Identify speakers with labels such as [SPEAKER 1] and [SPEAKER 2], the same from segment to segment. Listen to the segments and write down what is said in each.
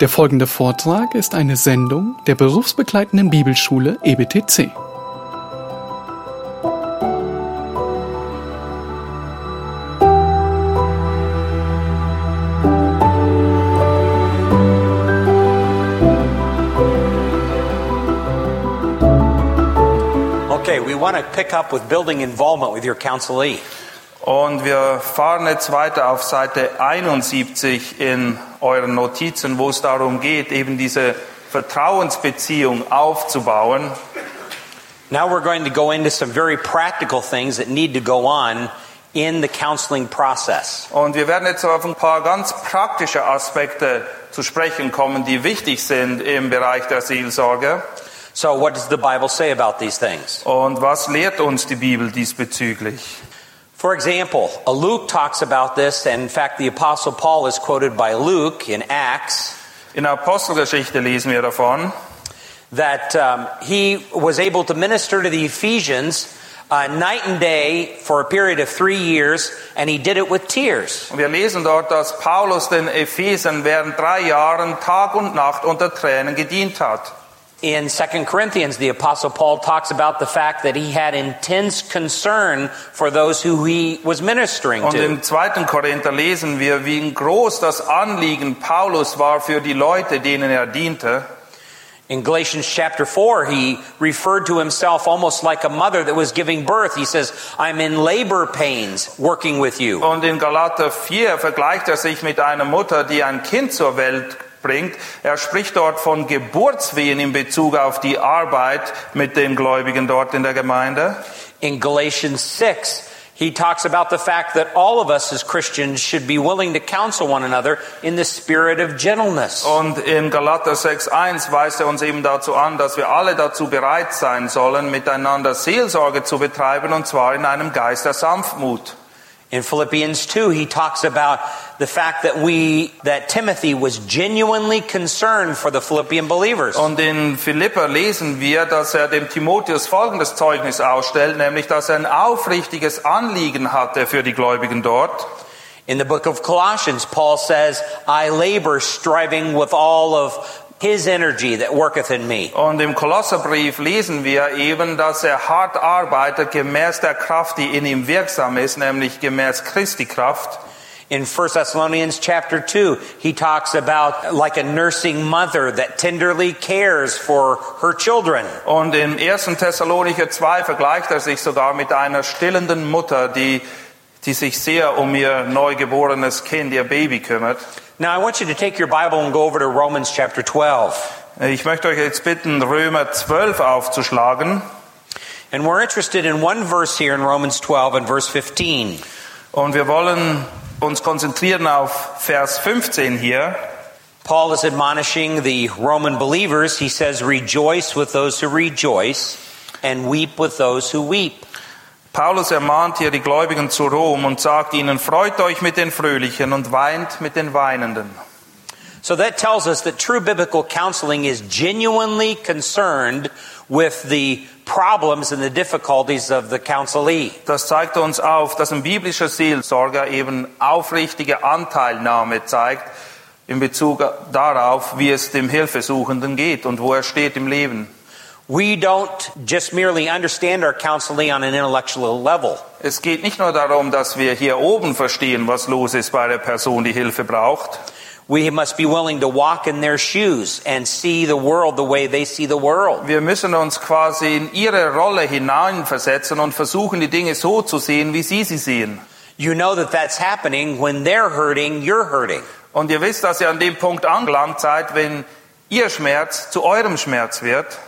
[SPEAKER 1] Der folgende Vortrag ist eine Sendung der berufsbegleitenden Bibelschule E EBTC.
[SPEAKER 2] Okay, we want to pick up with building involvement with your counselee.
[SPEAKER 3] Und wir fahren jetzt weiter auf Seite 71 in euren Notizen, wo es darum geht, eben diese Vertrauensbeziehung aufzubauen.
[SPEAKER 2] Now we're going to go into some very practical things that need to go on in the counseling process.
[SPEAKER 3] Und wir werden jetzt auf ein paar ganz praktische Aspekte zu sprechen kommen, die wichtig sind im Bereich der Seelsorge.
[SPEAKER 2] So, what does the Bible say about these things?
[SPEAKER 3] Und was lehrt uns die Bibel diesbezüglich?
[SPEAKER 2] For example, uh, Luke talks about this, and in fact, the Apostle Paul is quoted by Luke in Acts
[SPEAKER 3] In der Apostelgeschichte lesen wir davon,
[SPEAKER 2] that um, he was able to minister to the Ephesians uh, night and day for a period of three years, and he did it with tears.
[SPEAKER 3] Und wir lesen dort, dass Paulus den Ephesern während drei Jahren Tag und Nacht unter Tränen gedient hat.
[SPEAKER 2] In 2 Corinthians, the Apostle Paul talks about the fact that he had intense concern for those who he was ministering
[SPEAKER 3] Und
[SPEAKER 2] to.
[SPEAKER 3] im 2. Korinther lesen wir, wie groß das Anliegen Paulus war für die Leute, denen er diente.
[SPEAKER 2] In Galatians chapter 4, he referred to himself almost like a mother that was giving birth. He says, I'm in labor pains working with you.
[SPEAKER 3] Und in Galater 4 vergleicht er sich mit einer Mutter, die ein Kind zur Welt bringt. Er spricht dort von Geburtswehen in Bezug auf die Arbeit mit den Gläubigen dort in der Gemeinde.
[SPEAKER 2] In Galatians 6, he talks about the fact that all of us as Christians should be willing to counsel one another in the spirit of gentleness.
[SPEAKER 3] Und in Galater 6.1 weist er uns eben dazu an, dass wir alle dazu bereit sein sollen, miteinander Seelsorge zu betreiben, und zwar in einem Geist der Sanftmut.
[SPEAKER 2] In Philippians 2, he talks about the fact that we, that Timothy was genuinely concerned for the Philippian believers.
[SPEAKER 3] Und in Philippa lesen wir, dass er dem Timotheus folgendes Zeugnis ausstellt, nämlich dass er ein aufrichtiges Anliegen hatte für die Gläubigen dort.
[SPEAKER 2] In the book of Colossians, Paul says, I labor striving with all of his energy that worketh in me.
[SPEAKER 3] Und im Kolosserbrief lesen wir eben, dass er hart arbeitet gemäß der Kraft, die in ihm wirksam ist, nämlich gemäß Christi Kraft.
[SPEAKER 2] In 1 Thessalonians chapter 2, he talks about like a nursing mother that tenderly cares for her children.
[SPEAKER 3] Und im 1. Thessalonicher 2 vergleicht er sich sogar mit einer stillenden Mutter, die, die sich sehr um ihr neugeborenes Kind, ihr Baby kümmert.
[SPEAKER 2] Now I want you to take your Bible and go over to Romans chapter 12.
[SPEAKER 3] Ich möchte euch jetzt bitten, Römer 12 aufzuschlagen.
[SPEAKER 2] And we're interested in one verse here in Romans 12 and verse 15.
[SPEAKER 3] Und wir wollen uns konzentrieren auf Vers 15 hier.
[SPEAKER 2] Paul is admonishing the Roman believers. He says, Rejoice with those who rejoice and weep with those who weep.
[SPEAKER 3] Paulus ermahnt hier die Gläubigen zu Rom und sagt ihnen, freut euch mit den Fröhlichen und weint mit den Weinenden.
[SPEAKER 2] So that tells us that true biblical counseling is genuinely concerned with the problems and the difficulties of the counselee.
[SPEAKER 3] Das zeigt uns auf, dass ein biblischer Seelsorger eben aufrichtige Anteilnahme zeigt in Bezug darauf, wie es dem Hilfesuchenden geht und wo er steht im Leben.
[SPEAKER 2] We don't just merely understand our counselee on an intellectual level.
[SPEAKER 3] Es geht nicht nur darum, dass wir hier oben verstehen, was los ist bei der Person, die Hilfe braucht,
[SPEAKER 2] We must be willing to walk in their shoes and see the world the way they see the world.
[SPEAKER 3] Wir müssen uns quasi in ihre Rolle hineinversetzen und versuchen, die Dinge so zu sehen, wie sie sie sehen.
[SPEAKER 2] You know that that's happening when they're hurting, you're hurting.
[SPEAKER 3] Und ihr wisst, dass ihr an dem Punkt angelangt seid, wenn ihr Schmerz zu eurem Schmerz wird.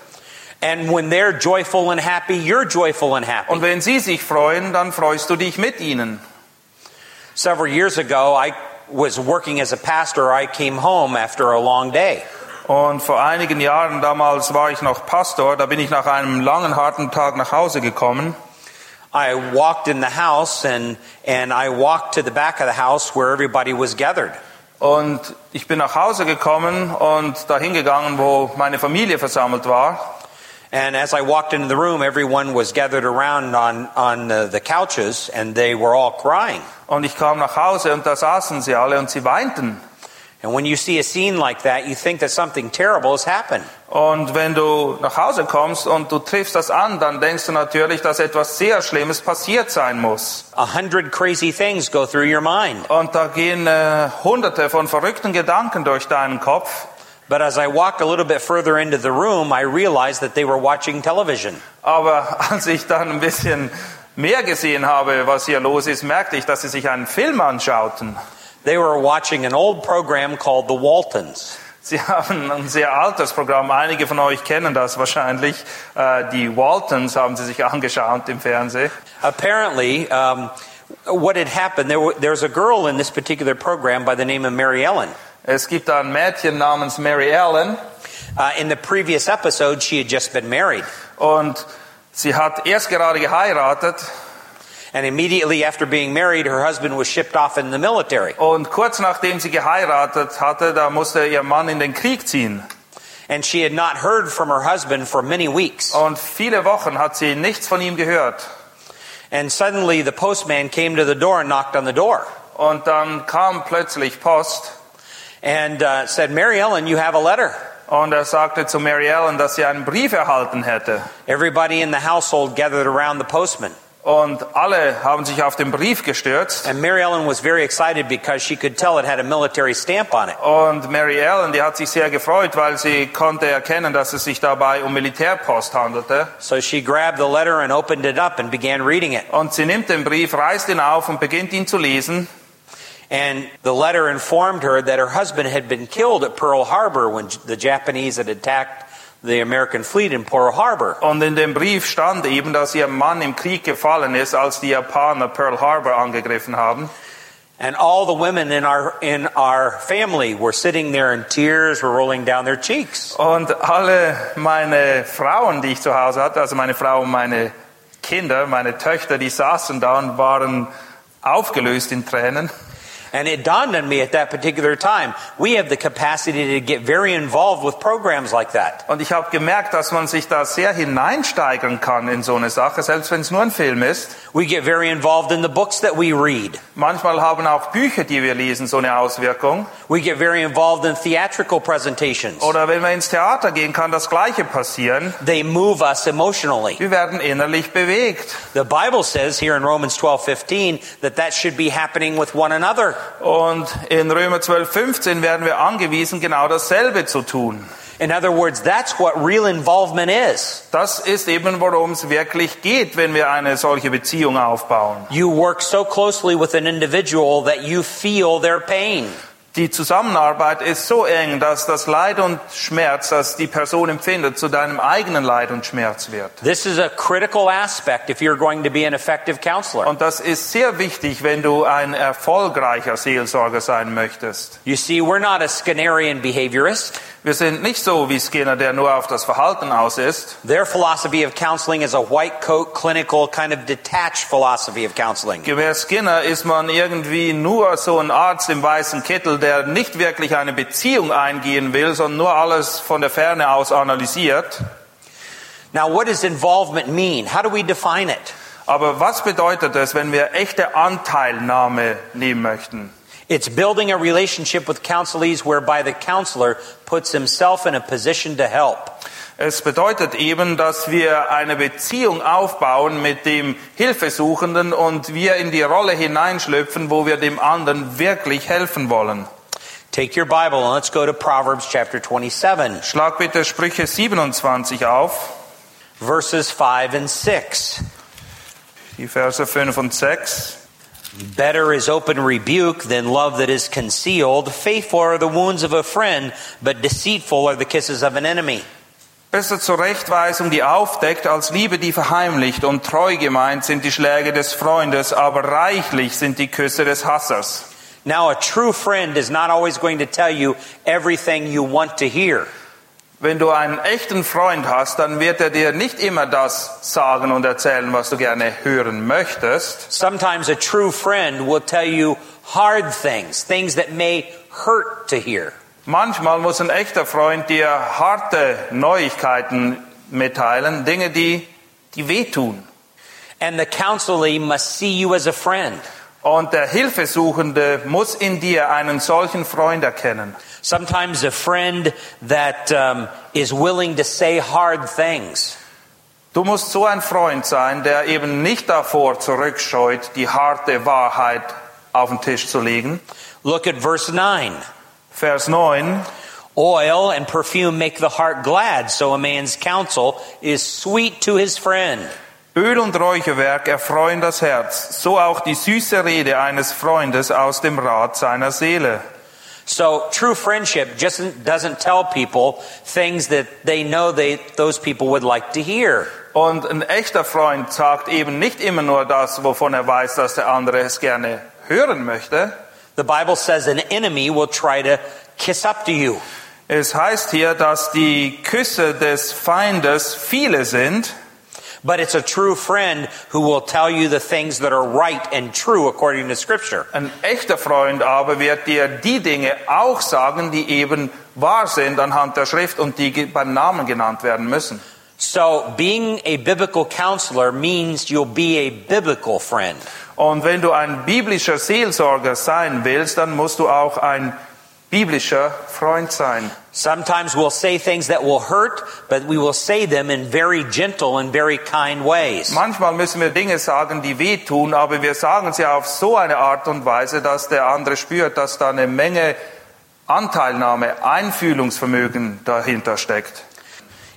[SPEAKER 2] And when they're joyful and happy, you're joyful and happy.
[SPEAKER 3] Und wenn sie sich freuen, dann freust du dich mit ihnen.
[SPEAKER 2] Several years ago, I was working as a pastor. I came home after a long day.
[SPEAKER 3] Und vor einigen Jahren, damals war ich noch Pastor, da bin ich nach einem langen, harten Tag nach Hause gekommen.
[SPEAKER 2] I walked in the house and, and I walked to the back of the house where everybody was gathered.
[SPEAKER 3] Und ich bin nach Hause gekommen und dahin gegangen, wo meine Familie versammelt war.
[SPEAKER 2] And as I walked into the room, everyone was gathered around on, on uh, the couches and they were all crying.
[SPEAKER 3] Und ich kam nach Hause und da saßen sie alle und sie weinten.
[SPEAKER 2] And when you see a scene like that, you think that something terrible has happened.
[SPEAKER 3] Und wenn du nach Hause kommst und du triffst das an, dann denkst du natürlich, dass etwas sehr Schlimmes passiert sein muss.
[SPEAKER 2] A hundred crazy things go through your mind.
[SPEAKER 3] Und da gehen äh, hunderte von verrückten Gedanken durch deinen Kopf.
[SPEAKER 2] But as I walked a little bit further into the room, I realized that they were watching television.
[SPEAKER 3] Aber als ich dann ein bisschen mehr gesehen habe, was hier los ist, merkte ich, dass sie sich einen Film anschauten.
[SPEAKER 2] They were watching an old program called The Waltons.
[SPEAKER 3] Sie haben ein sehr altes Programm, einige von euch kennen das wahrscheinlich. Äh, Die Waltons haben sie sich angeschaut im Fernsehen.
[SPEAKER 2] Apparently, um, what had happened, there, wa- there was a girl in this particular program by the name of Mary Ellen.
[SPEAKER 3] Es gibt da ein Mädchen namens Mary Ellen
[SPEAKER 2] Uh, in the previous episode, she had just been married.
[SPEAKER 3] und sie hat erst gerade geheiratet
[SPEAKER 2] And immediately after being married, her husband was shipped off in the military.
[SPEAKER 3] und kurz nachdem sie geheiratet hatte, da musste ihr Mann in den Krieg ziehen.
[SPEAKER 2] And she had not heard from her husband for many weeks.
[SPEAKER 3] Und viele Wochen hat sie nichts von ihm gehört.
[SPEAKER 2] And suddenly, the postman came to the door and knocked on the door
[SPEAKER 3] Und dann kam plötzlich Post
[SPEAKER 2] and uh, said, Mary Ellen, you have a letter.
[SPEAKER 3] und er sagte zu Mary Ellen, dass sie einen Brief erhalten hätte.
[SPEAKER 2] Everybody in the household gathered around the postman.
[SPEAKER 3] Und alle haben sich auf den Brief gestürzt.
[SPEAKER 2] And Mary Ellen was very excited because she could tell it had a military stamp on it.
[SPEAKER 3] Und Mary Ellen, die hat sich sehr gefreut, weil sie konnte erkennen, dass es sich dabei um Militärpost handelte.
[SPEAKER 2] So she grabbed the letter and opened it up and began reading it.
[SPEAKER 3] Und sie nimmt den Brief, reißt ihn auf und beginnt ihn zu lesen.
[SPEAKER 2] And the letter informed her that her husband had been killed at Pearl Harbor when the Japanese had attacked the American fleet in Pearl Harbor.
[SPEAKER 3] Und in dem Brief stand eben, dass ihr Mann im Krieg gefallen ist, als die Japaner Pearl Harbor angegriffen haben.
[SPEAKER 2] And all the women in our in our family were sitting there and tears were rolling down their cheeks.
[SPEAKER 3] Und alle meine Frauen, die ich zu Hause hatte, also meine Frau und meine Kinder, meine Töchter, die saßen da und waren aufgelöst in Tränen.
[SPEAKER 2] And it dawned on me at that particular time, we have the capacity to get very involved with programs like that.
[SPEAKER 3] Und ich habe gemerkt, dass man sich da sehr hineinsteigern kann in so eine Sache, selbst wenn es nur ein Film ist.
[SPEAKER 2] We get very involved in the books that we read.
[SPEAKER 3] Manchmal haben auch Bücher, die wir lesen, so eine Auswirkung.
[SPEAKER 2] We get very involved in theatrical presentations.
[SPEAKER 3] Oder wenn wir ins Theater gehen, kann das Gleiche passieren.
[SPEAKER 2] They move us emotionally.
[SPEAKER 3] Wir werden innerlich bewegt.
[SPEAKER 2] The Bible says here in Romans 12:15 that that should be happening with one another.
[SPEAKER 3] Und in Römer 12, 15 werden wir angewiesen, genau dasselbe zu tun.
[SPEAKER 2] In other words, that's what real involvement is.
[SPEAKER 3] Das ist eben, worum es wirklich geht, wenn wir eine solche Beziehung aufbauen.
[SPEAKER 2] You work so closely with an individual that you feel their pain.
[SPEAKER 3] Die Zusammenarbeit ist so eng, dass das Leid und Schmerz, das die Person empfindet, zu deinem eigenen Leid und Schmerz wird.
[SPEAKER 2] This is a critical aspect if you're going to be an effective counselor.
[SPEAKER 3] Und das ist sehr wichtig, wenn du ein erfolgreicher Seelsorger sein möchtest.
[SPEAKER 2] You see, we're not a Skinnerian behaviorist.
[SPEAKER 3] Wir sind nicht so wie Skinner, der nur auf das Verhalten aus ist.
[SPEAKER 2] Their philosophy of counseling is a white coat, clinical, kind of detached philosophy of counseling.
[SPEAKER 3] Gemäß Skinner ist man irgendwie nur so ein Arzt im weißen Kittel, der nicht wirklich eine Beziehung eingehen will, sondern nur alles von der Ferne aus analysiert.
[SPEAKER 2] Now, what does involvement mean? How do we define it?
[SPEAKER 3] Aber was bedeutet es, wenn wir echte Anteilnahme nehmen möchten?
[SPEAKER 2] It's building a relationship with counselees whereby the counselor puts himself in a position to help.
[SPEAKER 3] Es bedeutet eben, dass wir eine Beziehung aufbauen mit dem Hilfesuchenden und wir in die Rolle hineinschlüpfen, wo wir dem anderen wirklich helfen wollen.
[SPEAKER 2] Take your Bible and let's go to Proverbs chapter 27,
[SPEAKER 3] Schlag bitte Sprüche 27 auf,
[SPEAKER 2] verses 5 and 6.
[SPEAKER 3] die Verse 5 und 6.
[SPEAKER 2] Better is open rebuke than love that is concealed. Faithful are the wounds of a friend, but deceitful are the kisses of an enemy.
[SPEAKER 3] Besser Zurechtweisung, die aufdeckt, als Liebe, die verheimlicht und treu gemeint sind die Schläge des Freundes, aber reichlich sind die Küsse des Hassers.
[SPEAKER 2] Now, a true friend is not always going to tell you everything you want to hear.
[SPEAKER 3] Wenn du einen echten Freund hast, dann wird er dir nicht immer das sagen und erzählen, was du gerne hören möchtest.
[SPEAKER 2] Sometimes a true friend will tell you hard things, things that may hurt to hear.
[SPEAKER 3] Manchmal muss ein echter Freund dir harte Neuigkeiten mitteilen, Dinge, die, die wehtun.
[SPEAKER 2] And the counselee must see you as a friend.
[SPEAKER 3] Und der Hilfesuchende muss in dir einen solchen Freund erkennen.
[SPEAKER 2] Sometimes a friend that um, is willing to say hard things.
[SPEAKER 3] Du musst so ein Freund sein, der eben nicht davor zurückscheut, die harte Wahrheit auf den Tisch zu legen.
[SPEAKER 2] Look at verse 9.
[SPEAKER 3] Vers 9.
[SPEAKER 2] Oil and perfume make the heart glad, so a man's counsel is sweet to his friend.
[SPEAKER 3] Öl und Räucherwerk erfreuen das Herz, so auch die süße Rede eines Freundes aus dem Rat seiner Seele.
[SPEAKER 2] So true friendship just doesn't tell people things that they know they, those people would like to hear.
[SPEAKER 3] Und ein echter Freund sagt eben nicht immer nur das, wovon er weiß, dass der andere es gerne hören möchte.
[SPEAKER 2] The Bible says an enemy will try to kiss up to you.
[SPEAKER 3] Es heißt hier, dass die Küsse des Feindes viele sind,
[SPEAKER 2] But it's a true friend who will tell you the things that are right and true according to Scripture.
[SPEAKER 3] Ein echter Freund aber wird dir die Dinge auch sagen, die eben wahr sind anhand der Schrift und die beim Namen genannt werden müssen.
[SPEAKER 2] So being a biblical counselor means you'll be a biblical friend.
[SPEAKER 3] Und wenn du ein biblischer Seelsorger sein willst, dann musst du auch ein biblischer Freund sein.
[SPEAKER 2] Sometimes we'll say things that will hurt, but we will say them in very gentle and very kind ways.
[SPEAKER 3] Manchmal müssen wir Dinge sagen, die wehtun, aber wir sagen sie auf so eine Art und Weise, dass der andere spürt, dass da eine Menge Anteilnahme, Einfühlungsvermögen dahinter steckt.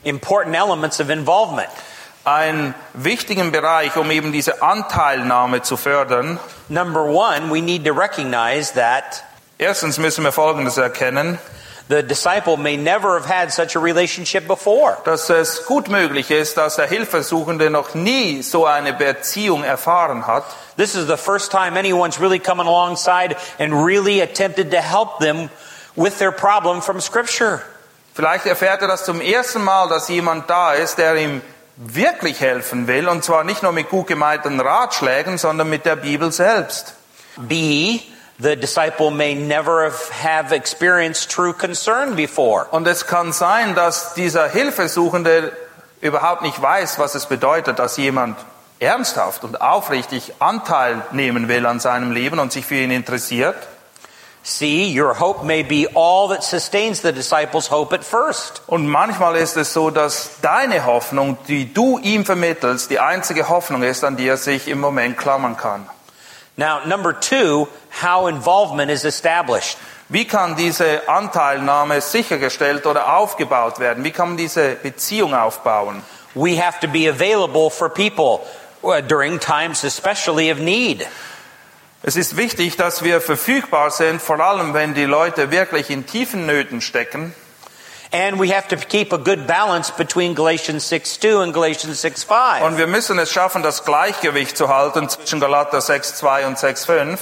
[SPEAKER 2] Important elements of involvement.
[SPEAKER 3] Ein wichtigen Bereich, um eben diese Anteilnahme zu fördern.
[SPEAKER 2] Number one, we need to recognize that
[SPEAKER 3] Erstens müssen wir Folgendes erkennen,
[SPEAKER 2] the disciple may never have had such a relationship before.
[SPEAKER 3] dass es gut möglich ist, dass der Hilfesuchende noch nie so eine Beziehung erfahren hat.
[SPEAKER 2] This is the first time anyone's really coming alongside and really attempted to help them with their problem from Scripture.
[SPEAKER 3] Vielleicht erfährt er das zum ersten Mal, dass jemand da ist, der ihm wirklich helfen will, und zwar nicht nur mit gut gemeinten Ratschlägen, sondern mit der Bibel selbst.
[SPEAKER 2] B, the disciple may never have, have experienced true concern before.
[SPEAKER 3] Und es kann sein, dass dieser Hilfesuchende überhaupt nicht weiß, was es bedeutet, dass jemand ernsthaft und aufrichtig Anteil nehmen will an seinem Leben und sich für ihn interessiert.
[SPEAKER 2] C, your hope may be all that sustains the disciple's hope at first.
[SPEAKER 3] Und manchmal ist es so, dass deine Hoffnung, die du ihm vermittelst, die einzige Hoffnung ist, an die er sich im Moment klammern kann.
[SPEAKER 2] Now, number two, how involvement is established.
[SPEAKER 3] Wie kann diese Anteilnahme sichergestellt oder aufgebaut werden? Wie kann man diese Beziehung aufbauen?
[SPEAKER 2] We have to be available for people uh, during times especially of need.
[SPEAKER 3] Es ist wichtig, dass wir verfügbar sind, vor allem wenn die Leute wirklich in tiefen Nöten stecken.
[SPEAKER 2] And we have to keep a good balance between Galatians 6.2 and Galatians 6.5.
[SPEAKER 3] Und wir müssen es schaffen, das Gleichgewicht zu halten zwischen Galater 6.2 und 6.5.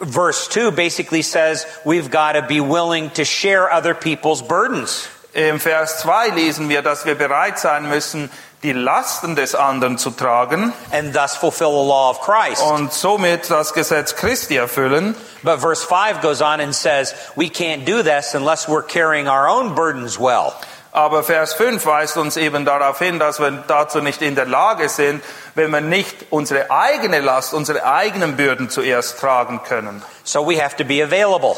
[SPEAKER 2] Verse 2 basically says we've got to be willing to share other people's burdens.
[SPEAKER 3] Im Vers 2 lesen wir, dass wir bereit sein müssen, die Lasten des anderen zu tragen
[SPEAKER 2] and thus fulfill the law of Christ.
[SPEAKER 3] und somit das Gesetz Christi erfüllen.
[SPEAKER 2] But verse 5 goes on and says, we can't do this unless we're carrying our own burdens well.
[SPEAKER 3] Aber Vers 5 weist uns eben darauf hin, dass wir dazu nicht in der Lage sind, wenn wir nicht unsere eigene Last, unsere eigenen Bürden zuerst tragen können.
[SPEAKER 2] So we have to be available.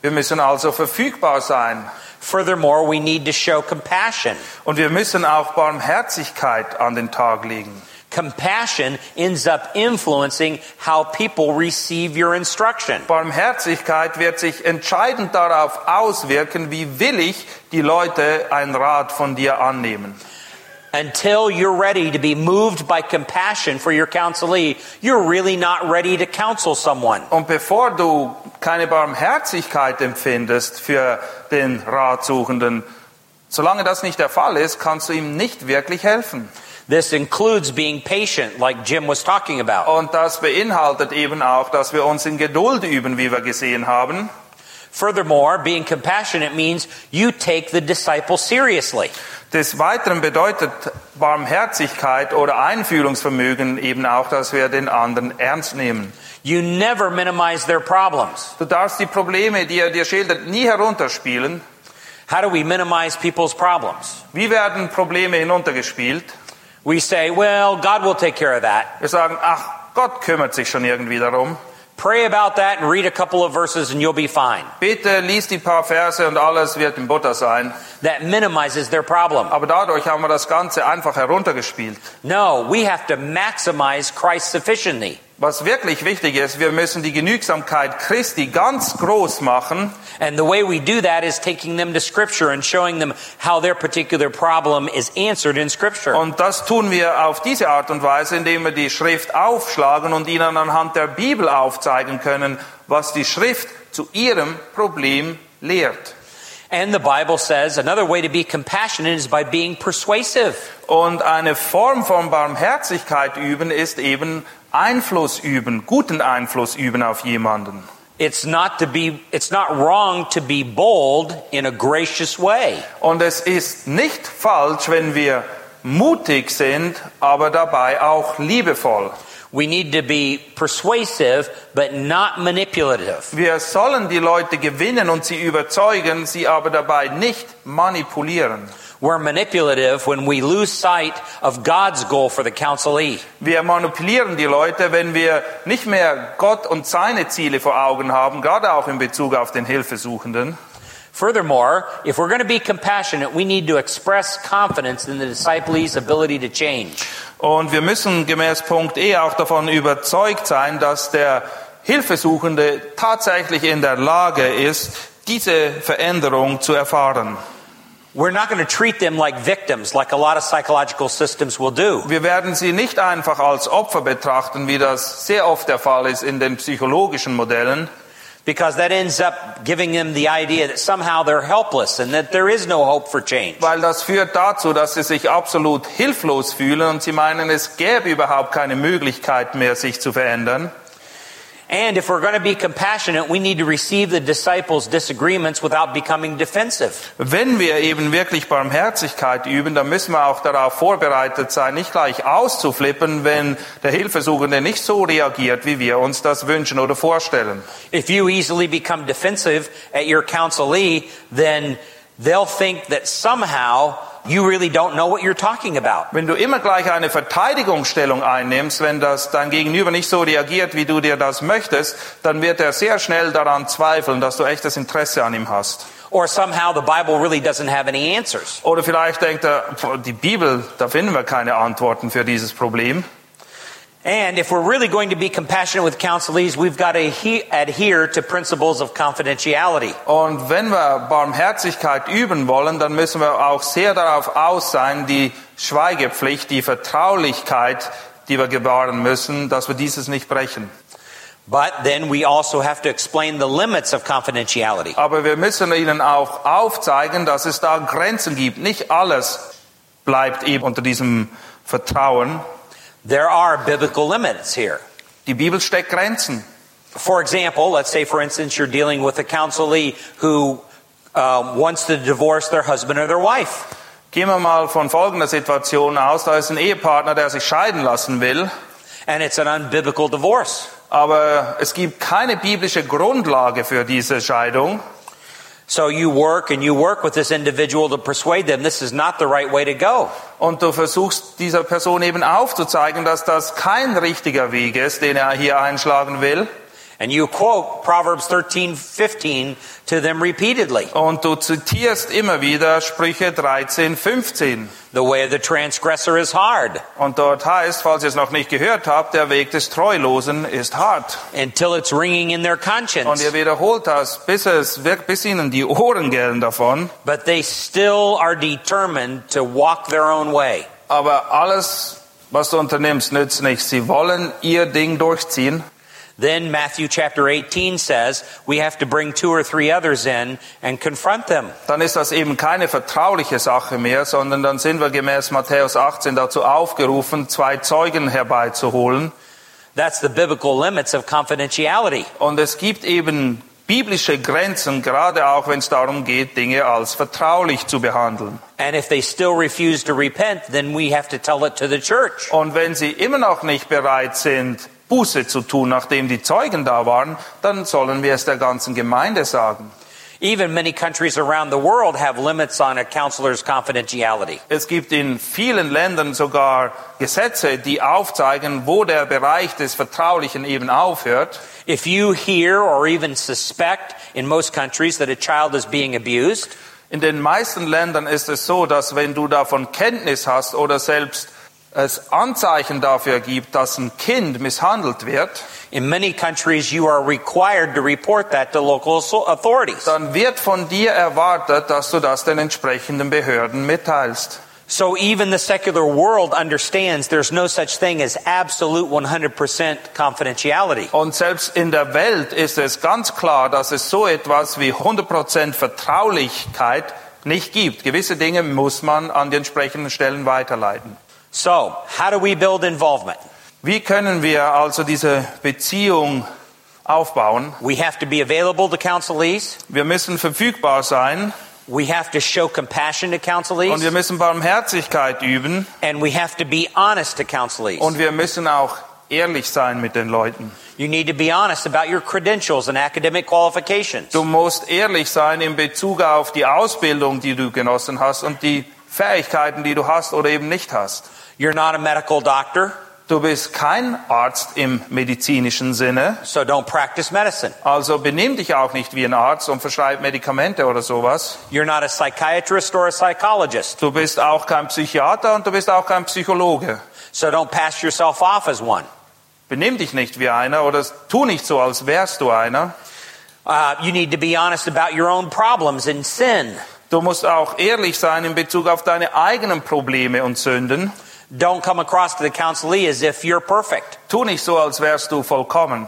[SPEAKER 3] Wir müssen also verfügbar sein
[SPEAKER 2] Furthermore, we need to show compassion.
[SPEAKER 3] und wir müssen auch Barmherzigkeit an den Tag legen.
[SPEAKER 2] Compassion ends up influencing how people receive your instruction.
[SPEAKER 3] Barmherzigkeit wird sich entscheidend darauf auswirken, wie willig die Leute einen Rat von dir annehmen.
[SPEAKER 2] Until you're ready to be moved by compassion for your counselee, you're really not ready to counsel someone.
[SPEAKER 3] Und bevor du keine Barmherzigkeit empfindest für den Ratsuchenden, solange das nicht der Fall ist, kannst du ihm nicht wirklich helfen.
[SPEAKER 2] This includes being patient, like Jim was talking about.
[SPEAKER 3] Und das beinhaltet eben auch, dass wir uns in Geduld üben, wie wir gesehen haben.
[SPEAKER 2] Furthermore, being compassionate means you take the disciple seriously.
[SPEAKER 3] Des Weiteren bedeutet Barmherzigkeit oder Einfühlungsvermögen eben auch, dass wir den anderen ernst nehmen.
[SPEAKER 2] You never minimize their problems.
[SPEAKER 3] Du darfst die Probleme, die er dir schildert, nie herunterspielen.
[SPEAKER 2] How do we minimize people's problems?
[SPEAKER 3] Wie werden Probleme hinuntergespielt?
[SPEAKER 2] We say, well, God will take care of that.
[SPEAKER 3] Wir sagen, ach, Gott kümmert sich schon irgendwie darum.
[SPEAKER 2] Pray about that and read a couple of verses and you'll be fine.
[SPEAKER 3] Bitte liest die paar Verse und alles wird in Butter sein.
[SPEAKER 2] That minimizes their problem.
[SPEAKER 3] Aber dadurch haben wir das Ganze einfach heruntergespielt.
[SPEAKER 2] No, we have to maximize Christ's sufficiency.
[SPEAKER 3] Was wirklich wichtig ist, wir müssen die Genügsamkeit Christi ganz groß machen.
[SPEAKER 2] And the way we do that is taking them to Scripture and showing them how their particular problem is answered in Scripture.
[SPEAKER 3] Und das tun wir auf diese Art und Weise, indem wir die Schrift aufschlagen und ihnen anhand der Bibel aufzeigen können, was die Schrift zu ihrem Problem lehrt.
[SPEAKER 2] And the Bible says another way to be compassionate is by being persuasive.
[SPEAKER 3] Und eine Form von Barmherzigkeit üben ist eben Einfluss üben, guten Einfluss üben auf jemanden.
[SPEAKER 2] It's not to be it's not wrong to be bold in a gracious way.
[SPEAKER 3] Und es ist nicht falsch, wenn wir mutig sind, aber dabei auch liebevoll.
[SPEAKER 2] We need to be persuasive but not manipulative.
[SPEAKER 3] Wir sollen die Leute gewinnen und sie überzeugen, sie aber dabei nicht manipulieren.
[SPEAKER 2] We're manipulative when we lose sight of God's goal for the counselee.
[SPEAKER 3] Wir manipulieren die Leute, wenn wir nicht mehr Gott und seine Ziele vor Augen haben, gerade auch in Bezug auf den Hilfesuchenden.
[SPEAKER 2] Furthermore, if we're going to be compassionate, we need to express confidence in the disciple's ability to change.
[SPEAKER 3] Und wir müssen gemäß Punkt E auch davon überzeugt sein, dass der Hilfesuchende tatsächlich in der Lage ist, diese Veränderung zu erfahren.
[SPEAKER 2] We're not going to treat them like victims, like a lot of psychological systems will do.
[SPEAKER 3] Wir werden sie nicht einfach als Opfer betrachten, wie das sehr oft der Fall ist in den psychologischen Modellen,
[SPEAKER 2] Because that ends up giving them the idea that somehow they're helpless and that there is no hope for change.
[SPEAKER 3] weil das führt dazu, dass sie sich absolut hilflos fühlen und sie meinen, es gäbe überhaupt keine Möglichkeit mehr, sich zu verändern.
[SPEAKER 2] And if we're going to be compassionate, we need to receive the disciples' disagreements without becoming defensive.
[SPEAKER 3] Wenn wir eben wirklich Barmherzigkeit üben, dann müssen wir auch darauf vorbereitet sein, nicht gleich auszuflippen, wenn der Hilfesuchende nicht so reagiert, wie wir uns das wünschen oder vorstellen.
[SPEAKER 2] If you easily become defensive at your counselee, then they'll think that somehow you really don't know what you're talking about.
[SPEAKER 3] Wenn du immer gleich eine Verteidigungsstellung einnimmst, wenn das dein Gegenüber nicht so reagiert, wie du dir das möchtest, dann wird er sehr schnell daran zweifeln, dass du echtes Interesse an ihm hast.
[SPEAKER 2] Or somehow the Bible really doesn't have any answers.
[SPEAKER 3] Oder vielleicht denkt er, "Pf, die Bibel, da finden wir keine Antworten für dieses Problem.
[SPEAKER 2] And if we're really going to be compassionate with counselees, we've got to he- adhere to principles of confidentiality.
[SPEAKER 3] Und wenn wir Barmherzigkeit üben wollen, dann müssen wir auch sehr darauf aus sein, die Schweigepflicht, die Vertraulichkeit, die wir gewahren müssen, dass wir dieses nicht brechen.
[SPEAKER 2] But then we also have to explain the limits of confidentiality.
[SPEAKER 3] Aber wir müssen ihnen auch aufzeigen, dass es da Grenzen gibt. Nicht alles bleibt eben unter diesem Vertrauen.
[SPEAKER 2] There are biblical limits here.
[SPEAKER 3] Die Bibel steckt Grenzen.
[SPEAKER 2] For example, let's say, for instance, you're dealing with a counselee who um, wants to divorce their husband or their wife.
[SPEAKER 3] Gehen wir mal von folgender Situation aus. Da ist ein Ehepartner, der sich scheiden lassen will.
[SPEAKER 2] And it's an unbiblical divorce.
[SPEAKER 3] Aber es gibt keine biblische Grundlage für diese Scheidung.
[SPEAKER 2] So you work and you work with this individual to persuade them this is not the right way to go.
[SPEAKER 3] Und du versuchst dieser Person eben aufzuzeigen, dass das kein richtiger Weg ist, den er hier einschlagen will.
[SPEAKER 2] And you quote Proverbs 13, 15 to them repeatedly.
[SPEAKER 3] Und du zitierst immer wieder Sprüche 13, 15.
[SPEAKER 2] The way of the transgressor is hard
[SPEAKER 3] Und dort heißt, falls ihr es noch nicht gehört habt, der Weg des Treulosen ist hart.
[SPEAKER 2] until it's ringing in their
[SPEAKER 3] Und
[SPEAKER 2] conscience.
[SPEAKER 3] ihr wiederholt das, bis, es, wirkt- bis ihnen die Ohren gellen davon.
[SPEAKER 2] But they still are determined to walk their own way.
[SPEAKER 3] Aber alles, was du unternimmst, nützt nichts. Sie wollen ihr Ding durchziehen.
[SPEAKER 2] Then Matthew chapter 18 says we have to bring two or three others in and confront them.
[SPEAKER 3] dann ist das eben keine vertrauliche Sache mehr, sondern dann sind wir gemäß Matthäus 18 dazu aufgerufen, zwei Zeugen herbeizuholen.
[SPEAKER 2] That's the biblical limits of confidentiality.
[SPEAKER 3] Und es gibt eben biblische Grenzen, gerade auch wenn es darum geht, Dinge als vertraulich zu behandeln.
[SPEAKER 2] And if they still refuse to repent, then we have to tell it to the church.
[SPEAKER 3] Und wenn sie immer noch nicht bereit sind, Buße zu tun, nachdem die Zeugen da waren, dann sollen wir es der ganzen Gemeinde sagen.
[SPEAKER 2] Even many countries around the world have limits on a counselor's confidentiality.
[SPEAKER 3] Es gibt in vielen Ländern sogar Gesetze, die aufzeigen, wo der Bereich des Vertraulichen eben aufhört.
[SPEAKER 2] If you hear or even suspect in most countries that a child is being abused,
[SPEAKER 3] In den meisten Ländern ist es so, dass wenn du davon Kenntnis hast oder selbst es Anzeichen dafür gibt, dass ein Kind misshandelt wird,
[SPEAKER 2] in many countries you are required to report that to local so- authorities.
[SPEAKER 3] dann wird von dir erwartet, dass du das den entsprechenden Behörden mitteilst.
[SPEAKER 2] So even the secular world understands there's no such thing as absolute 100% confidentiality.
[SPEAKER 3] Und selbst in der Welt ist es ganz klar, dass es so etwas wie 100% Vertraulichkeit nicht gibt. Gewisse Dinge muss man an die entsprechenden Stellen weiterleiten.
[SPEAKER 2] So, how do we build involvement?
[SPEAKER 3] Wie können wir also diese Beziehung aufbauen?
[SPEAKER 2] We have to be available to counselees.
[SPEAKER 3] Wir müssen verfügbar sein
[SPEAKER 2] We have to show compassion to
[SPEAKER 3] und wir
[SPEAKER 2] counselees.
[SPEAKER 3] müssen Barmherzigkeit üben
[SPEAKER 2] And we have to be honest to counselees.
[SPEAKER 3] und wir müssen auch ehrlich sein mit den Leuten.
[SPEAKER 2] You need to be honest about your credentials and academic qualifications.
[SPEAKER 3] Du musst ehrlich sein in Bezug auf die Ausbildung, die du genossen hast und die Fähigkeiten, die du hast oder eben nicht hast.
[SPEAKER 2] You're not a medical doctor,
[SPEAKER 3] Du bist kein Arzt im medizinischen Sinne,
[SPEAKER 2] so don't practice medicine.
[SPEAKER 3] also benimm dich auch nicht wie ein Arzt und verschreib Medikamente oder sowas.
[SPEAKER 2] You're not a psychiatrist or a psychologist,
[SPEAKER 3] Du bist auch kein Psychiater und du bist auch kein Psychologe.
[SPEAKER 2] so don't pass yourself off as one.
[SPEAKER 3] Benimm dich nicht wie einer oder tu nicht so, als wärst du einer.
[SPEAKER 2] Uh, you need to be honest about your own problems and sin.
[SPEAKER 3] Du musst auch ehrlich sein in Bezug auf deine eigenen Probleme und Sünden.
[SPEAKER 2] Don't come across to the counselee as if you're perfect.
[SPEAKER 3] Tu nicht so, als wärst du vollkommen.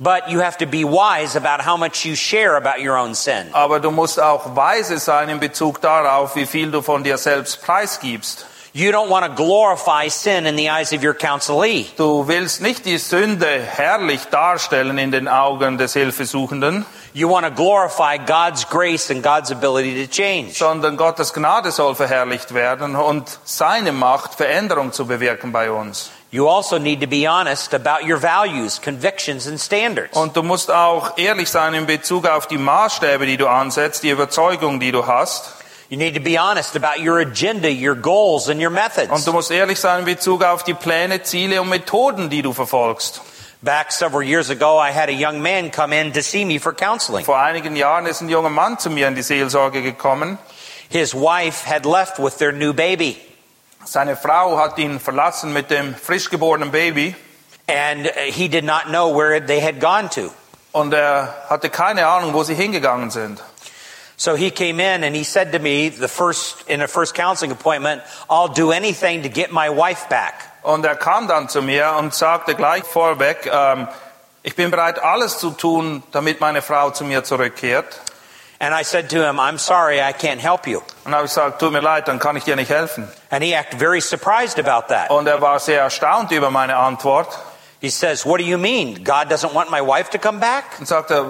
[SPEAKER 2] But you have to be wise about how much you share about your own sin.
[SPEAKER 3] Aber du musst auch weise sein in Bezug darauf, wie viel du von dir selbst preisgibst.
[SPEAKER 2] You don't want to glorify sin in the eyes of your counselee.
[SPEAKER 3] Du willst nicht die Sünde herrlich darstellen in den Augen des Hilfesuchenden,
[SPEAKER 2] You want to glorify God's grace and God's ability to change.
[SPEAKER 3] sondern Gottes Gnade soll verherrlicht werden und seine Macht, Veränderung zu bewirken bei uns.
[SPEAKER 2] You also need to be honest about your values, convictions, and standards.
[SPEAKER 3] Und du musst auch ehrlich sein in Bezug auf die Maßstäbe, die du ansetzt, die Überzeugung, die du hast.
[SPEAKER 2] You need to be honest about your agenda, your goals, and your
[SPEAKER 3] Und
[SPEAKER 2] methods.
[SPEAKER 3] du musst ehrlich sein in Bezug auf die Pläne, Ziele und Methoden, die du verfolgst.
[SPEAKER 2] Back several years ago, I had a young man come in to see me for counseling.
[SPEAKER 3] Vor einigen Jahren ist ein junger Mann zu mir in die Seelsorge gekommen.
[SPEAKER 2] His wife had left with their new baby.
[SPEAKER 3] Seine Frau hat ihn verlassen mit dem frisch geborenen Baby
[SPEAKER 2] And uh, he did not know where they had gone to.
[SPEAKER 3] und er hatte keine Ahnung, wo sie hingegangen sind.
[SPEAKER 2] So he came in and he said to me the first, in a first counseling appointment, I'll do anything to get my wife back.
[SPEAKER 3] Und er kam dann zu mir und sagte gleich vorweg, ähm, ich bin bereit, alles zu tun, damit meine Frau zu mir zurückkehrt.
[SPEAKER 2] And I said to him, I'm sorry, I can't help you.
[SPEAKER 3] Und habe ich gesagt, tut mir leid, dann kann ich dir nicht helfen.
[SPEAKER 2] And he acted very surprised about that.
[SPEAKER 3] Und er war sehr erstaunt über meine Antwort
[SPEAKER 2] He says, What do you mean? God doesn't want my wife to come back?
[SPEAKER 3] und sagte,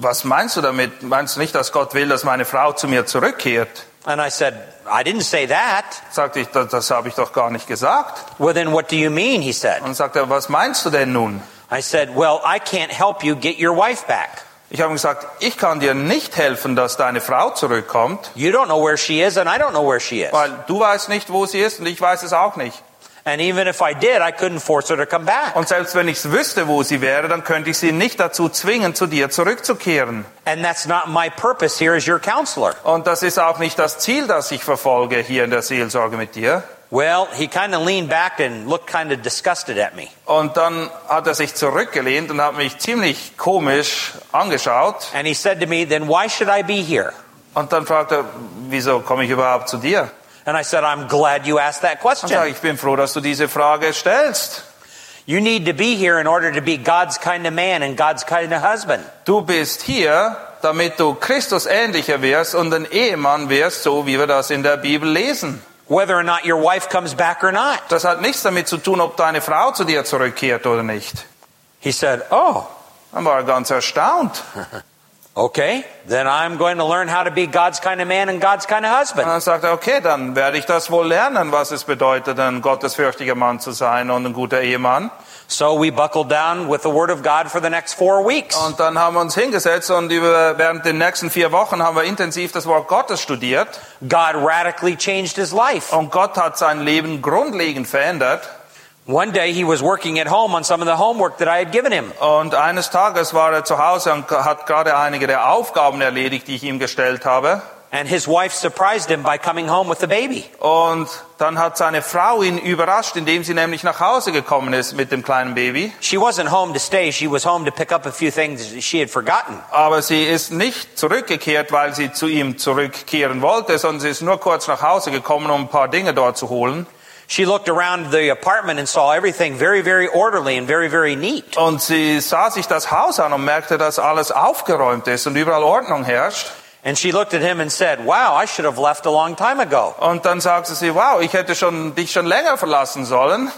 [SPEAKER 3] was meinst du damit? Meinst du nicht, dass Gott will, dass meine Frau zu mir zurückkehrt?
[SPEAKER 2] And I said, I didn't say that.
[SPEAKER 3] Sagte ich, das, das habe ich doch gar nicht gesagt.
[SPEAKER 2] Well, then what do you mean? He said.
[SPEAKER 3] Und sagte, was meinst du denn nun?
[SPEAKER 2] I said, Well, I can't help you get your wife back.
[SPEAKER 3] Ich habe ihm gesagt, ich kann dir nicht helfen, dass deine Frau zurückkommt,
[SPEAKER 2] You don't know where she is, and I don't know where she is.
[SPEAKER 3] weil du weißt nicht, wo sie ist und ich weiß es auch nicht.
[SPEAKER 2] And even if I did, I couldn't force her to come back.
[SPEAKER 3] Und selbst wenn ich es wüsste, wo sie wäre, dann könnte ich sie nicht dazu zwingen, zu dir zurückzukehren.
[SPEAKER 2] And that's not my purpose here as your counselor.
[SPEAKER 3] Und das ist auch nicht das Ziel, das ich verfolge hier in der Seelsorge mit dir.
[SPEAKER 2] Well, he kind of leaned back and looked kind of disgusted at me.
[SPEAKER 3] Und dann hat er sich zurückgelehnt und hat mich ziemlich komisch angeschaut.
[SPEAKER 2] And he said to me, Then why should I be here?
[SPEAKER 3] Und dann fragte er, wieso komme ich überhaupt zu dir?
[SPEAKER 2] And I said, I'm glad you asked that
[SPEAKER 3] Dann sage
[SPEAKER 2] question.
[SPEAKER 3] ich, ich bin froh, dass du diese Frage stellst.
[SPEAKER 2] You need to be here in order to be God's kind of man and God's kind of husband.
[SPEAKER 3] Du bist hier, damit du Christus ähnlicher wirst und ein Ehemann wirst, so wie wir das in der Bibel lesen.
[SPEAKER 2] Whether or not your wife comes back or not.
[SPEAKER 3] Das hat nichts damit zu tun, ob deine Frau zu dir zurückkehrt oder nicht.
[SPEAKER 2] He said, Oh,
[SPEAKER 3] Dann war er ganz erstaunt.
[SPEAKER 2] okay, then I'm going to learn how to be God's kind of man and God's kind of
[SPEAKER 3] Und
[SPEAKER 2] husband.
[SPEAKER 3] dann sagte er, okay, dann werde ich das wohl lernen, was es bedeutet, ein gottesfürchtiger Mann zu sein und ein guter Ehemann.
[SPEAKER 2] So we buckled down with the Word of God for the next four weeks.
[SPEAKER 3] Und dann haben wir uns hingesetzt und über, während den nächsten vier Wochen haben wir intensiv das Wort Gottes studiert.
[SPEAKER 2] God radically changed his life.
[SPEAKER 3] Und Gott hat sein Leben grundlegend verändert.
[SPEAKER 2] One day he was working at home on some of the homework that I had given him.
[SPEAKER 3] Und eines Tages war er zu Hause und hat gerade einige der Aufgaben erledigt, die ich ihm gestellt habe.
[SPEAKER 2] And his wife surprised him by coming home with the baby.
[SPEAKER 3] Und dann hat seine Frau ihn überrascht, indem sie nämlich nach Hause gekommen ist mit dem kleinen Baby.
[SPEAKER 2] She wasn't home to stay, she was home to pick up a few things that she had forgotten.
[SPEAKER 3] Aber sie ist nicht zurückgekehrt, weil sie zu ihm zurückkehren wollte, sondern sie ist nur kurz nach Hause gekommen, um ein paar Dinge dort zu holen.
[SPEAKER 2] She looked around the apartment and saw everything very, very orderly and very, very neat.
[SPEAKER 3] Und sie sah sich das Haus an und merkte, dass alles aufgeräumt ist und überall Ordnung herrscht.
[SPEAKER 2] And she looked at him and said, Wow, I should have left a long time ago.
[SPEAKER 3] Und dann sagte sie, wow, ich hätte schon, dich schon länger verlassen sollen.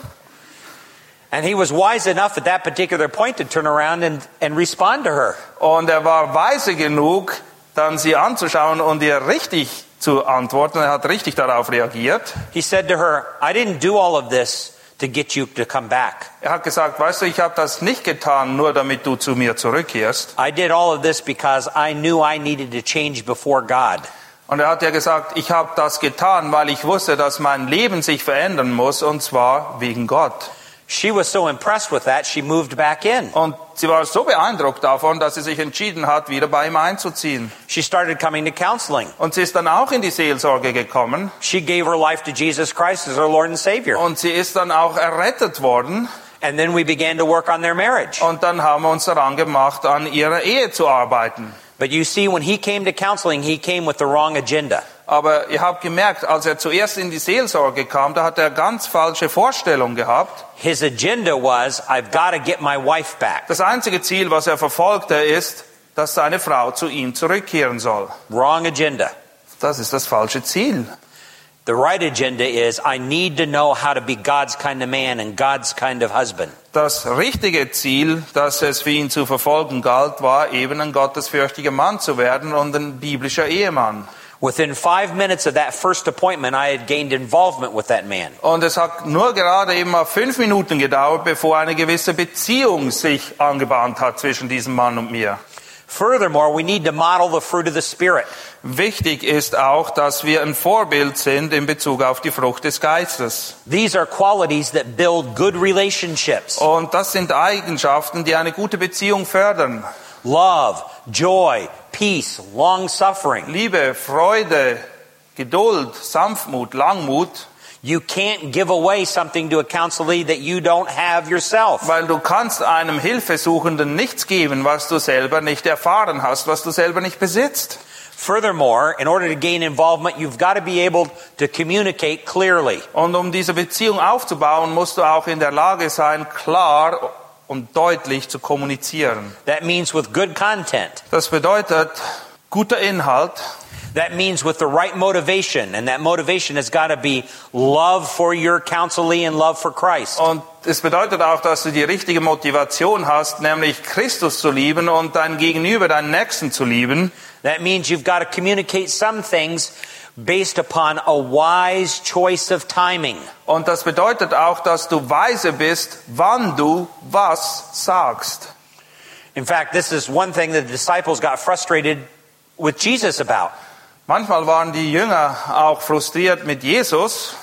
[SPEAKER 2] And he was wise enough at that particular point to turn around and, and respond to her.
[SPEAKER 3] Und er war weise genug, dann sie anzuschauen und ihr richtig zu antworten. Er hat richtig darauf reagiert.
[SPEAKER 2] He said to her, I didn't do all of this to get you to come back.
[SPEAKER 3] Er hat gesagt, weißt du, ich habe das nicht getan, nur damit du zu mir zurückkehrst.
[SPEAKER 2] I did all of this because I knew I needed to change before God.
[SPEAKER 3] Und er hat ja gesagt, ich habe das getan, weil ich wusste, dass mein Leben sich verändern muss, und zwar wegen Gott.
[SPEAKER 2] She was so impressed with that, she moved back in.
[SPEAKER 3] Und sie war so beeindruckt davon, dass sie sich entschieden hat, wieder bei ihm einzuziehen.
[SPEAKER 2] She started coming to counseling.
[SPEAKER 3] Und sie ist dann auch in die Seelsorge gekommen
[SPEAKER 2] She gave her life to Jesus Christ as her Lord and Savior.
[SPEAKER 3] und sie ist dann auch errettet worden.
[SPEAKER 2] And then we began to work on their marriage.
[SPEAKER 3] Und dann haben wir uns daran gemacht, an ihrer Ehe zu arbeiten.
[SPEAKER 2] But you see, when he came to counseling, he came with the wrong agenda.
[SPEAKER 3] Aber ihr habt gemerkt, als er zuerst in die Seelsorge kam, da hat er ganz falsche Vorstellungen gehabt.
[SPEAKER 2] His agenda was, I've got to get my wife back.
[SPEAKER 3] Das einzige Ziel, was er verfolgte, ist, dass seine Frau zu ihm zurückkehren soll.
[SPEAKER 2] Wrong agenda.
[SPEAKER 3] Das ist das falsche Ziel.
[SPEAKER 2] The right agenda is, I need to know how to be God's kind of man and God's kind of husband.
[SPEAKER 3] Das richtige Ziel, das es für ihn zu verfolgen galt, war eben ein gottesfürchtiger Mann zu werden und ein biblischer Ehemann.
[SPEAKER 2] Within five minutes of that first appointment, I had gained involvement with that man.
[SPEAKER 3] Und es hat nur gerade eben mal fünf Minuten gedauert, bevor eine gewisse Beziehung sich angebahnt hat zwischen diesem Mann und mir.
[SPEAKER 2] Furthermore, we need to model the fruit of the Spirit.
[SPEAKER 3] Wichtig ist auch, dass wir ein Vorbild sind in Bezug auf die Frucht des Geistes.
[SPEAKER 2] These are qualities that build good relationships.
[SPEAKER 3] Und das sind Eigenschaften, die eine gute Beziehung fördern.
[SPEAKER 2] Love, joy, peace, long suffering.
[SPEAKER 3] Liebe, Freude, Geduld, Sanftmut, Langmut,
[SPEAKER 2] You can't give away something to a counselee that you don't have yourself.
[SPEAKER 3] weil du kannst einem Hilfesuchenden nichts geben, was du selber nicht erfahren hast, was du selber nicht besitzt.
[SPEAKER 2] Furthermore, in order to gain involvement, you've got to be able to communicate clearly.
[SPEAKER 3] Und um diese Beziehung aufzubauen, musst du auch in der Lage sein, klar und deutlich zu kommunizieren.
[SPEAKER 2] That means with good content.
[SPEAKER 3] Das bedeutet guter Inhalt,
[SPEAKER 2] That means with the right motivation. And that motivation has got to be love for your counselee and love for Christ.
[SPEAKER 3] Und es bedeutet auch, dass du die richtige Motivation hast, nämlich Christus zu lieben und dein Gegenüber, deinen Nächsten zu lieben.
[SPEAKER 2] That means you've got to communicate some things based upon a wise choice of timing.
[SPEAKER 3] Und das bedeutet auch, dass du weise bist, wann du was sagst.
[SPEAKER 2] In fact, this is one thing that the disciples got frustrated with Jesus about.
[SPEAKER 3] Manchmal waren die Jünger auch frustriert mit Jesus.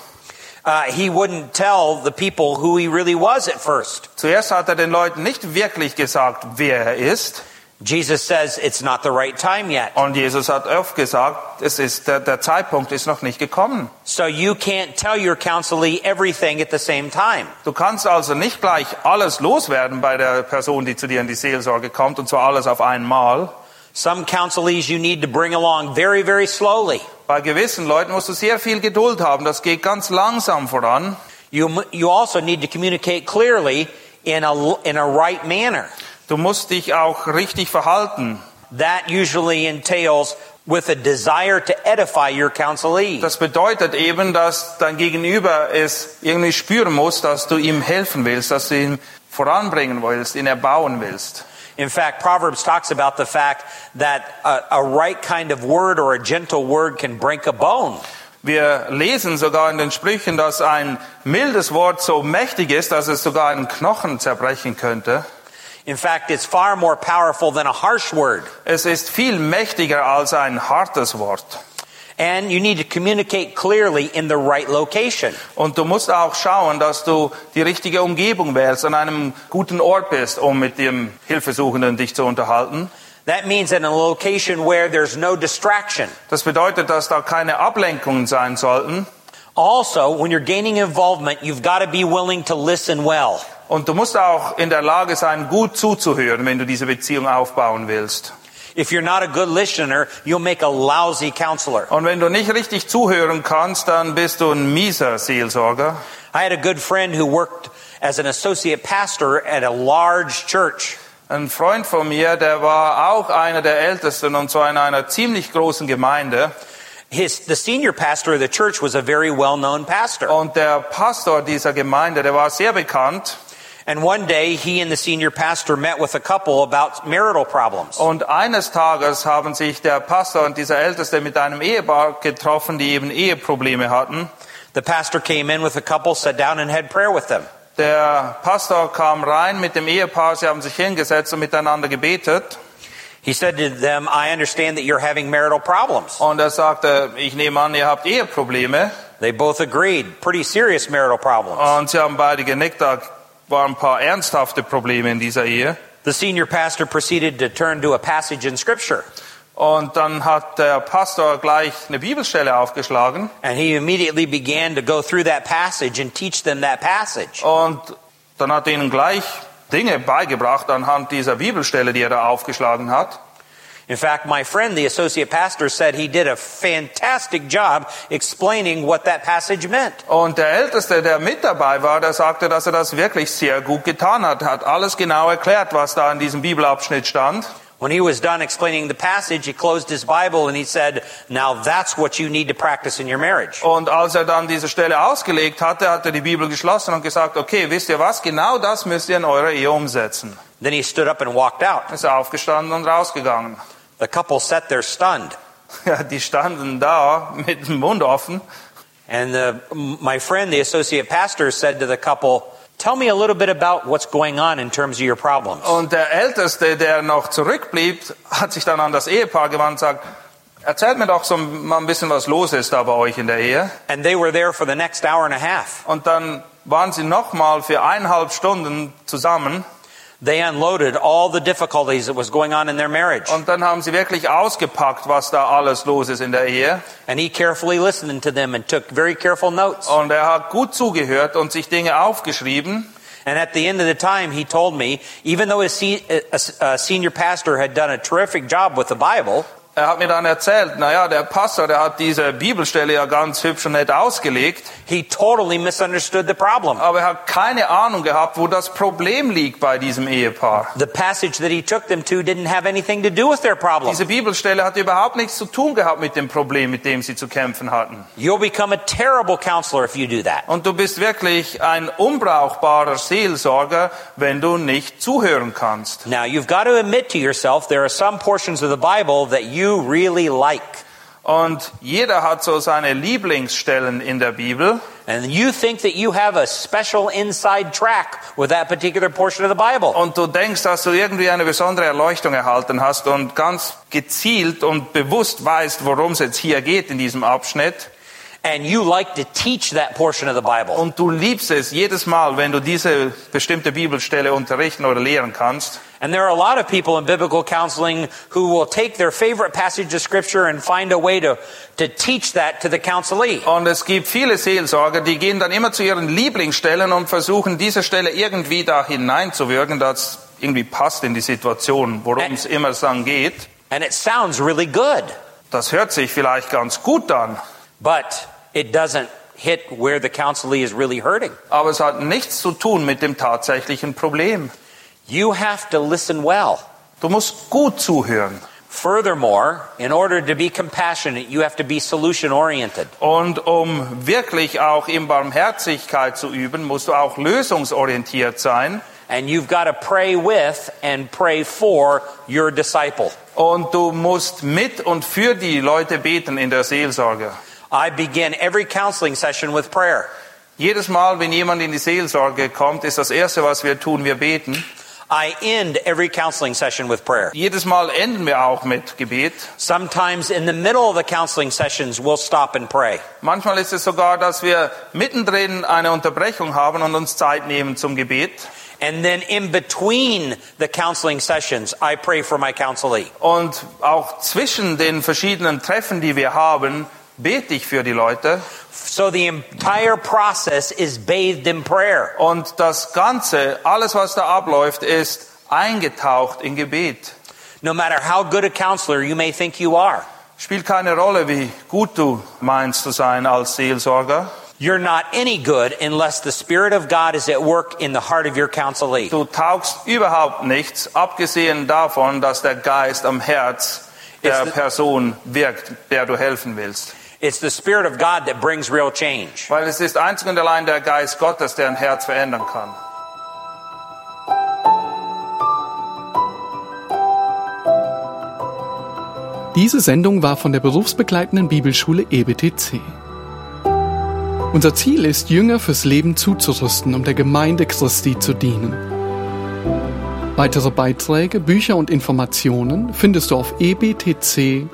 [SPEAKER 2] Uh, he wouldn't tell the people who he really was at first.
[SPEAKER 3] Zuerst hat er den Leuten nicht wirklich gesagt, wer er ist.
[SPEAKER 2] Jesus says it's not the right time yet.
[SPEAKER 3] Und Jesus hat oft gesagt, es ist, der, der Zeitpunkt ist noch nicht gekommen.
[SPEAKER 2] So you can't tell your counselee everything at the same time.
[SPEAKER 3] Du kannst also nicht gleich alles loswerden bei der Person, die zu dir in die Seelsorge kommt, und zwar alles auf einmal.
[SPEAKER 2] Some counselees you need to bring along very, very slowly.
[SPEAKER 3] Bei gewissen Leuten musst du sehr viel Geduld haben. Das geht ganz langsam voran.
[SPEAKER 2] You, m- you also need to communicate clearly in a, l- in a right manner.
[SPEAKER 3] Du musst dich auch richtig verhalten.
[SPEAKER 2] That usually entails with a desire to edify your counselee.
[SPEAKER 3] Das bedeutet eben, dass dein Gegenüber es irgendwie spüren muss, dass du ihm helfen willst, dass du ihn voranbringen willst, ihn erbauen willst.
[SPEAKER 2] In fact, Proverbs talks about the fact that a, a right kind of word or a gentle word can break a bone.
[SPEAKER 3] Wir lesen sogar in den Sprüchen, dass ein mildes Wort so mächtig ist, dass es sogar einen Knochen zerbrechen könnte.
[SPEAKER 2] In fact, it's far more powerful than a harsh word.
[SPEAKER 3] Es ist viel mächtiger als ein hartes Wort.
[SPEAKER 2] And you need to communicate clearly in the right location.
[SPEAKER 3] Und du musst auch schauen, dass du die richtige Umgebung wählst, an einem guten Ort bist, um mit dem Hilfesuchenden dich zu unterhalten.
[SPEAKER 2] That means in a location where there's no distraction.
[SPEAKER 3] Das bedeutet, dass da keine Ablenkungen sein sollten.
[SPEAKER 2] Also, when you're gaining involvement, you've got to be willing to listen well.
[SPEAKER 3] Und du musst auch in der Lage sein, gut zuzuhören, wenn du diese Beziehung aufbauen willst.
[SPEAKER 2] If you're not a good listener, you'll make a lousy counselor.
[SPEAKER 3] Und wenn du nicht richtig zuhören kannst, dann bist du ein mieser Seelsorger.
[SPEAKER 2] I had a good friend who worked as an associate pastor at a large church.
[SPEAKER 3] Ein Freund von mir, der war auch einer der Ältesten und zwar in einer ziemlich großen Gemeinde.
[SPEAKER 2] His, the senior pastor of the church was a very well known pastor.
[SPEAKER 3] Und der Pastor dieser Gemeinde, der war sehr bekannt.
[SPEAKER 2] And one day, he and the senior pastor met with a couple about marital problems.
[SPEAKER 3] Und eines Tages haben sich der Pastor und dieser Älteste mit einem Ehepaar getroffen, die eben Eheprobleme hatten.
[SPEAKER 2] The pastor came in with a couple, sat down, and had prayer with them.
[SPEAKER 3] Der Pastor kam rein mit dem Ehepaar, sie haben sich hingesetzt und miteinander gebetet.
[SPEAKER 2] He said to them, I understand that you're having marital problems.
[SPEAKER 3] Und er sagte, ich nehme an, ihr habt Eheprobleme.
[SPEAKER 2] They both agreed, pretty serious marital problems.
[SPEAKER 3] Und sie haben beide genickt, da waren ein paar ernsthafte Probleme in dieser Ehe.
[SPEAKER 2] The senior pastor proceeded to turn to a passage in Scripture,
[SPEAKER 3] Und dann hat der Pastor gleich eine Bibelstelle aufgeschlagen
[SPEAKER 2] and he immediately began to go through that passage and teach them that passage.
[SPEAKER 3] und dann hat er ihnen gleich Dinge beigebracht anhand dieser Bibelstelle, die er da aufgeschlagen hat.
[SPEAKER 2] In fact, my friend, the associate pastor, said he did a fantastic job explaining what that passage meant.
[SPEAKER 3] Und der Älteste, der mit dabei war, der sagte, dass er das wirklich sehr gut getan hat, hat alles genau erklärt, was da in diesem Bibelabschnitt stand.
[SPEAKER 2] When he was done explaining the passage, he closed his Bible and he said, Now that's what you need to practice in your marriage.
[SPEAKER 3] Und als er dann diese Stelle ausgelegt hatte, hat er die Bibel geschlossen und gesagt, okay, wisst ihr was, genau das müsst ihr in eurer Ehe umsetzen.
[SPEAKER 2] Then he stood up and walked out.
[SPEAKER 3] Ist er aufgestanden und rausgegangen.
[SPEAKER 2] The couple sat there stunned.
[SPEAKER 3] Ja, die standen da mit dem Mund offen.
[SPEAKER 2] And the, my friend, the associate pastor, said to the couple, Tell me a little bit about what's going on in terms of your problems.
[SPEAKER 3] Und der Älteste, der noch zurückblieb, hat sich dann an das Ehepaar gewandt und sagt, erzählt mir doch so mal ein bisschen, was los ist da bei euch in der Ehe.
[SPEAKER 2] And they were there for the next hour and a half.
[SPEAKER 3] Und dann waren sie nochmal für eineinhalb Stunden zusammen.
[SPEAKER 2] They unloaded all the difficulties that was going on in their marriage.
[SPEAKER 3] Und dann haben sie wirklich ausgepackt, was da alles los ist in der Ehe.
[SPEAKER 2] And he carefully listened to them and took very careful notes.
[SPEAKER 3] Und er hat gut zugehört und sich Dinge aufgeschrieben.
[SPEAKER 2] And at the end of the time, he told me, even though his se- uh, uh, senior pastor had done a terrific job with the Bible,
[SPEAKER 3] Er hat mir dann erzählt, naja, der Pastor, der hat diese Bibelstelle ja ganz hübsch und nett ausgelegt,
[SPEAKER 2] he totally misunderstood the problem.
[SPEAKER 3] aber er hat keine Ahnung gehabt, wo das Problem liegt bei diesem Ehepaar.
[SPEAKER 2] The passage that he took them to didn't have anything to do with their problem.
[SPEAKER 3] Diese Bibelstelle hat überhaupt nichts zu tun gehabt mit dem Problem, mit dem sie zu kämpfen hatten.
[SPEAKER 2] You'll become a terrible counselor if you do that.
[SPEAKER 3] Und du bist wirklich ein unbrauchbarer Seelsorger, wenn du nicht zuhören kannst.
[SPEAKER 2] Now, you've got to admit to yourself there are some portions of the Bible that you really like.
[SPEAKER 3] Und jeder hat so seine Lieblingsstellen in der Bibel.
[SPEAKER 2] And you think that you have a special inside track with that particular portion of the Bible.
[SPEAKER 3] Und du denkst, dass du irgendwie eine besondere Erleuchtung erhalten hast und ganz gezielt und bewusst weißt, worum es jetzt hier geht in diesem Abschnitt.
[SPEAKER 2] And you like to teach that portion of the Bible.
[SPEAKER 3] Und du liebst es jedes Mal, wenn du diese bestimmte Bibelstelle unterrichten oder lehren kannst.
[SPEAKER 2] And there are a lot of people in biblical counseling who will take their favorite passage of scripture and find a way to, to teach that to the counselee.
[SPEAKER 3] Und es gibt viele Seelsorger, die gehen dann immer zu ihren Lieblingsstellen und versuchen, diese Stelle irgendwie da hineinzuwirken, dass es irgendwie passt in die Situation, worum es immer dann geht.
[SPEAKER 2] And it sounds really good,
[SPEAKER 3] Das hört sich vielleicht ganz gut an,
[SPEAKER 2] but it doesn't hit where the counselee is really hurting.
[SPEAKER 3] aber es hat nichts zu tun mit dem tatsächlichen Problem.
[SPEAKER 2] You have to listen well.
[SPEAKER 3] Du musst gut zuhören.
[SPEAKER 2] Furthermore, in order to be compassionate, you have to be solution oriented.
[SPEAKER 3] Und um wirklich auch in Barmherzigkeit zu üben, musst du auch lösungsorientiert sein.
[SPEAKER 2] And you've got to pray with and pray for your disciple.
[SPEAKER 3] Und du musst mit und für die Leute beten in der Seelsorge.
[SPEAKER 2] I begin every counseling session with prayer.
[SPEAKER 3] Jedes Mal, wenn jemand in die Seelsorge kommt, ist das Erste, was wir tun, wir beten.
[SPEAKER 2] I end every counseling session with prayer.
[SPEAKER 3] Jedes Mal enden wir auch mit Gebet.
[SPEAKER 2] Sometimes in the middle of the counseling sessions, we'll stop and pray.
[SPEAKER 3] Manchmal ist es sogar, dass wir mittendrin eine Unterbrechung haben und uns Zeit nehmen zum Gebet.
[SPEAKER 2] And then in between the counseling sessions, I pray for my counselee.
[SPEAKER 3] Und auch zwischen den verschiedenen Treffen, die wir haben, bete ich für die Leute.
[SPEAKER 2] So the entire process is bathed in prayer.
[SPEAKER 3] Und das Ganze, alles was da abläuft, ist eingetaucht in Gebet.
[SPEAKER 2] No matter how good a counselor you may think you are,
[SPEAKER 3] Spielt keine Rolle, wie gut du meinst zu sein als Seelsorger.
[SPEAKER 2] you're not any good unless the Spirit of God is at work in the heart of your counselee.
[SPEAKER 3] Du taugst überhaupt nichts, abgesehen davon, dass der Geist am Herz der
[SPEAKER 2] Ist-
[SPEAKER 3] Person wirkt, der du helfen willst.
[SPEAKER 2] It's the Spirit of God that brings real change.
[SPEAKER 3] Weil es ist einzig und allein der Geist Gottes, der ein Herz verändern kann.
[SPEAKER 1] Diese Sendung war von der berufsbegleitenden Bibelschule E EBTC. Unser Ziel ist, Jünger fürs Leben zuzurüsten, um der Gemeinde Christi zu dienen. Weitere E Beiträge, Bücher und Informationen findest du auf ebtc.org.